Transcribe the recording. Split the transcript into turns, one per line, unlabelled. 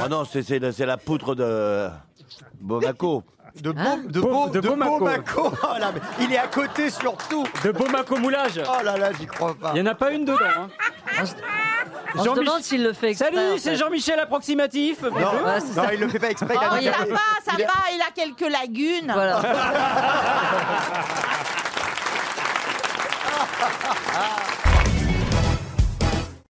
Ah non, c'est- c'est la- c'est la poutre de Bomaco.
De, beau,
Hein
de,
Beau-
beau,
de
de
Beaumaco.
Beaumaco. Oh là, mais il est à côté surtout.
De Beaumac au moulage.
Oh là là, j'y crois pas.
Il n'y en a pas une dedans. hein.
On se, on se
Jean-Mich-
demande s'il le fait exprès. en
Salut, c'est
fait.
Jean-Michel approximatif. Bah,
Non,
Ouais, c'est
non,
ça. Ah,
il le fait pas exprès. il a
Oh,
dit-
ça va, ça
il est-
va, il a quelques lagunes.
Voilà.